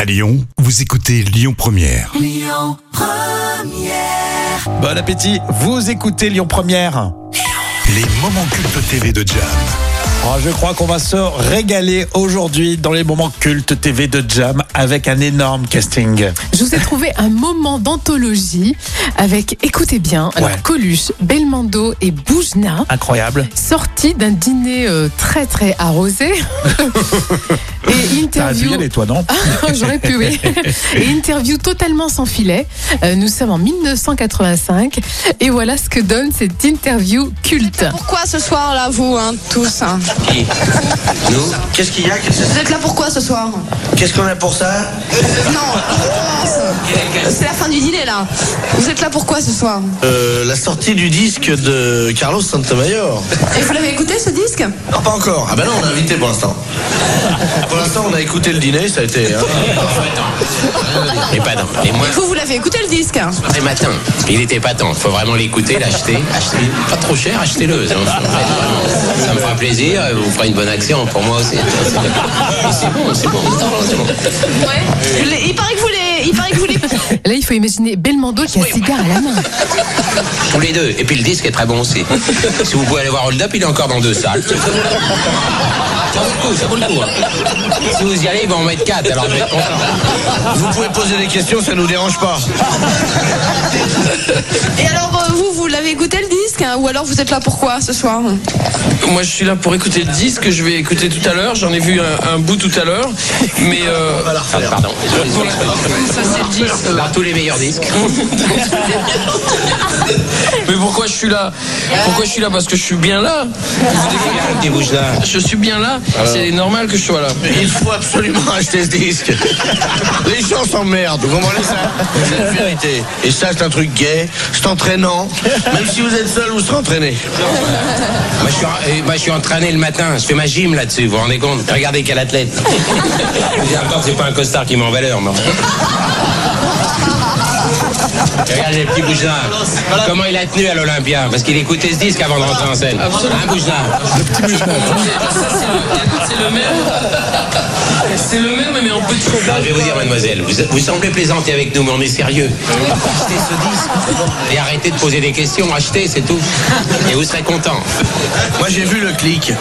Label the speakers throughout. Speaker 1: À Lyon, vous écoutez Lyon Première.
Speaker 2: Bon appétit, vous écoutez Lyon Première.
Speaker 1: Les moments cultes TV de Jam.
Speaker 2: Oh, je crois qu'on va se régaler aujourd'hui dans les moments cultes TV de Jam avec un énorme casting.
Speaker 3: Je vous ai trouvé un moment d'anthologie avec, écoutez bien, alors
Speaker 2: Ouais.
Speaker 3: Coluche, Belmondo et Boujna,
Speaker 2: Incroyable.
Speaker 3: sortis d'un dîner euh, très très arrosé. et interview.
Speaker 2: T'as
Speaker 3: Ah,
Speaker 2: réveillé les toi, non
Speaker 3: J'aurais pu, oui. Et interview totalement sans filet. Euh, nous sommes en 1985. Et voilà ce que donne cette interview culte.
Speaker 4: Pourquoi ce soir là vous hein, tous hein
Speaker 5: Nous Qu'est-ce qu'il y a Qu'est-ce
Speaker 4: Vous êtes là pourquoi ce soir
Speaker 5: qu'est-ce qu'on a pour ça
Speaker 4: Non, pense. c'est la fin du dîner là. Vous êtes là pourquoi ce soir
Speaker 5: euh, La sortie du disque de Carlos Santamayor.
Speaker 4: Et vous l'avez écouté ce disque
Speaker 5: Non, pas encore. Ah ben non, on a invité pour l'instant. pour l'instant, on a écouté le dîner, ça a été. hein.
Speaker 6: Mais pas dans. Mais moi,
Speaker 4: Vous vous l'avez écouté le disque
Speaker 6: les matins, il était pas temps. Faut vraiment l'écouter, l'acheter. Acheter. Pas trop cher, achetez-le. Ça, me fera- vraiment, ça me fera plaisir. et Vous ferez une bonne action pour moi aussi. Mais c'est bon, c'est bon. Non, non, c'est bon.
Speaker 4: Vous l'avez- Il paraît que vous les, il paraît que vous les.
Speaker 3: Là, il faut imaginer Belmondo qui a un cigare à la main.
Speaker 6: Tous les deux. Et puis le disque est très bon aussi. Si vous pouvez aller voir Hold Up, il est encore dans deux salles. Ça vaut le coup, ça vaut le coup. hein. Si vous y allez, ils vont en mettre quatre. Alors vous êtes content.
Speaker 5: Vous pouvez poser des questions, ça nous dérange pas.
Speaker 4: Et alors euh, vous, vous l'avez écouté le disque hein Ou alors vous êtes là pourquoi ce soir
Speaker 7: Moi, je suis là pour écouter le disque. Je vais écouter tout à l'heure. J'en ai vu un, un bout tout à l'heure. Mais euh,
Speaker 6: Ah, pardon.
Speaker 7: ça, c'est le disque.
Speaker 6: Dans tous les meilleurs disques.
Speaker 7: Mais pourquoi je suis là Pourquoi je suis là Parce que je suis bien là.
Speaker 6: Des bouches là.
Speaker 7: Je suis bien là. C'est normal que je sois là.
Speaker 5: Il faut absolument acheter ce disque. Les gens s'emmerdent, vous comprenez ça C'est la vérité. Et ça, c'est un truc gay, c'est entraînant. Même si vous êtes seul, vous serez entraîné.
Speaker 6: Moi je, suis, en- eh, moi, je suis entraîné le matin, je fais ma gym là-dessus, vous vous rendez compte Regardez quel athlète Je dis encore, c'est pas un costard qui met en valeur, moi. Regarde les petits bouchins. Comment il a tenu à l'Olympia Parce qu'il écoutait ce disque avant de rentrer en scène. Un bouchard.
Speaker 7: C'est le même. C'est le même, mais en petit.
Speaker 6: Non, je vais vous dire, mademoiselle, vous, vous semblez plaisanter avec nous, mais on est sérieux. Achetez ce disque et arrêtez de poser des questions. Achetez, c'est tout. Et vous serez content.
Speaker 5: Moi, j'ai vu le clic.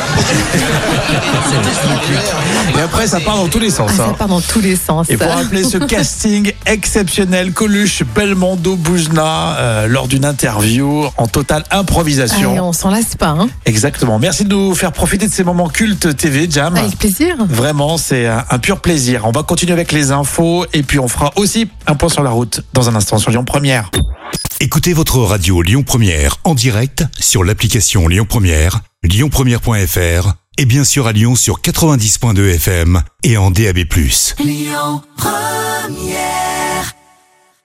Speaker 2: Et après, ça part dans tous les sens.
Speaker 3: Ah, ça
Speaker 2: hein.
Speaker 3: part dans tous les sens.
Speaker 2: Et pour rappeler ce casting exceptionnel, Coluche, Belmondo, Boujna, euh, lors d'une interview en totale
Speaker 3: Ah,
Speaker 2: improvisation.
Speaker 3: et on s'en lasse pas, hein.
Speaker 2: Exactement. Merci de nous faire profiter de ces moments cultes TV, Jam.
Speaker 3: Avec plaisir.
Speaker 2: Vraiment, c'est un, un pur plaisir. On va continuer avec les infos et puis on fera aussi un point sur la route dans un instant sur Lyon Première.
Speaker 1: Écoutez votre radio Lyon Première en direct sur l'application Lyon Première, lyonpremière.fr et bien sûr à Lyon sur 90.2 FM et en DAB+.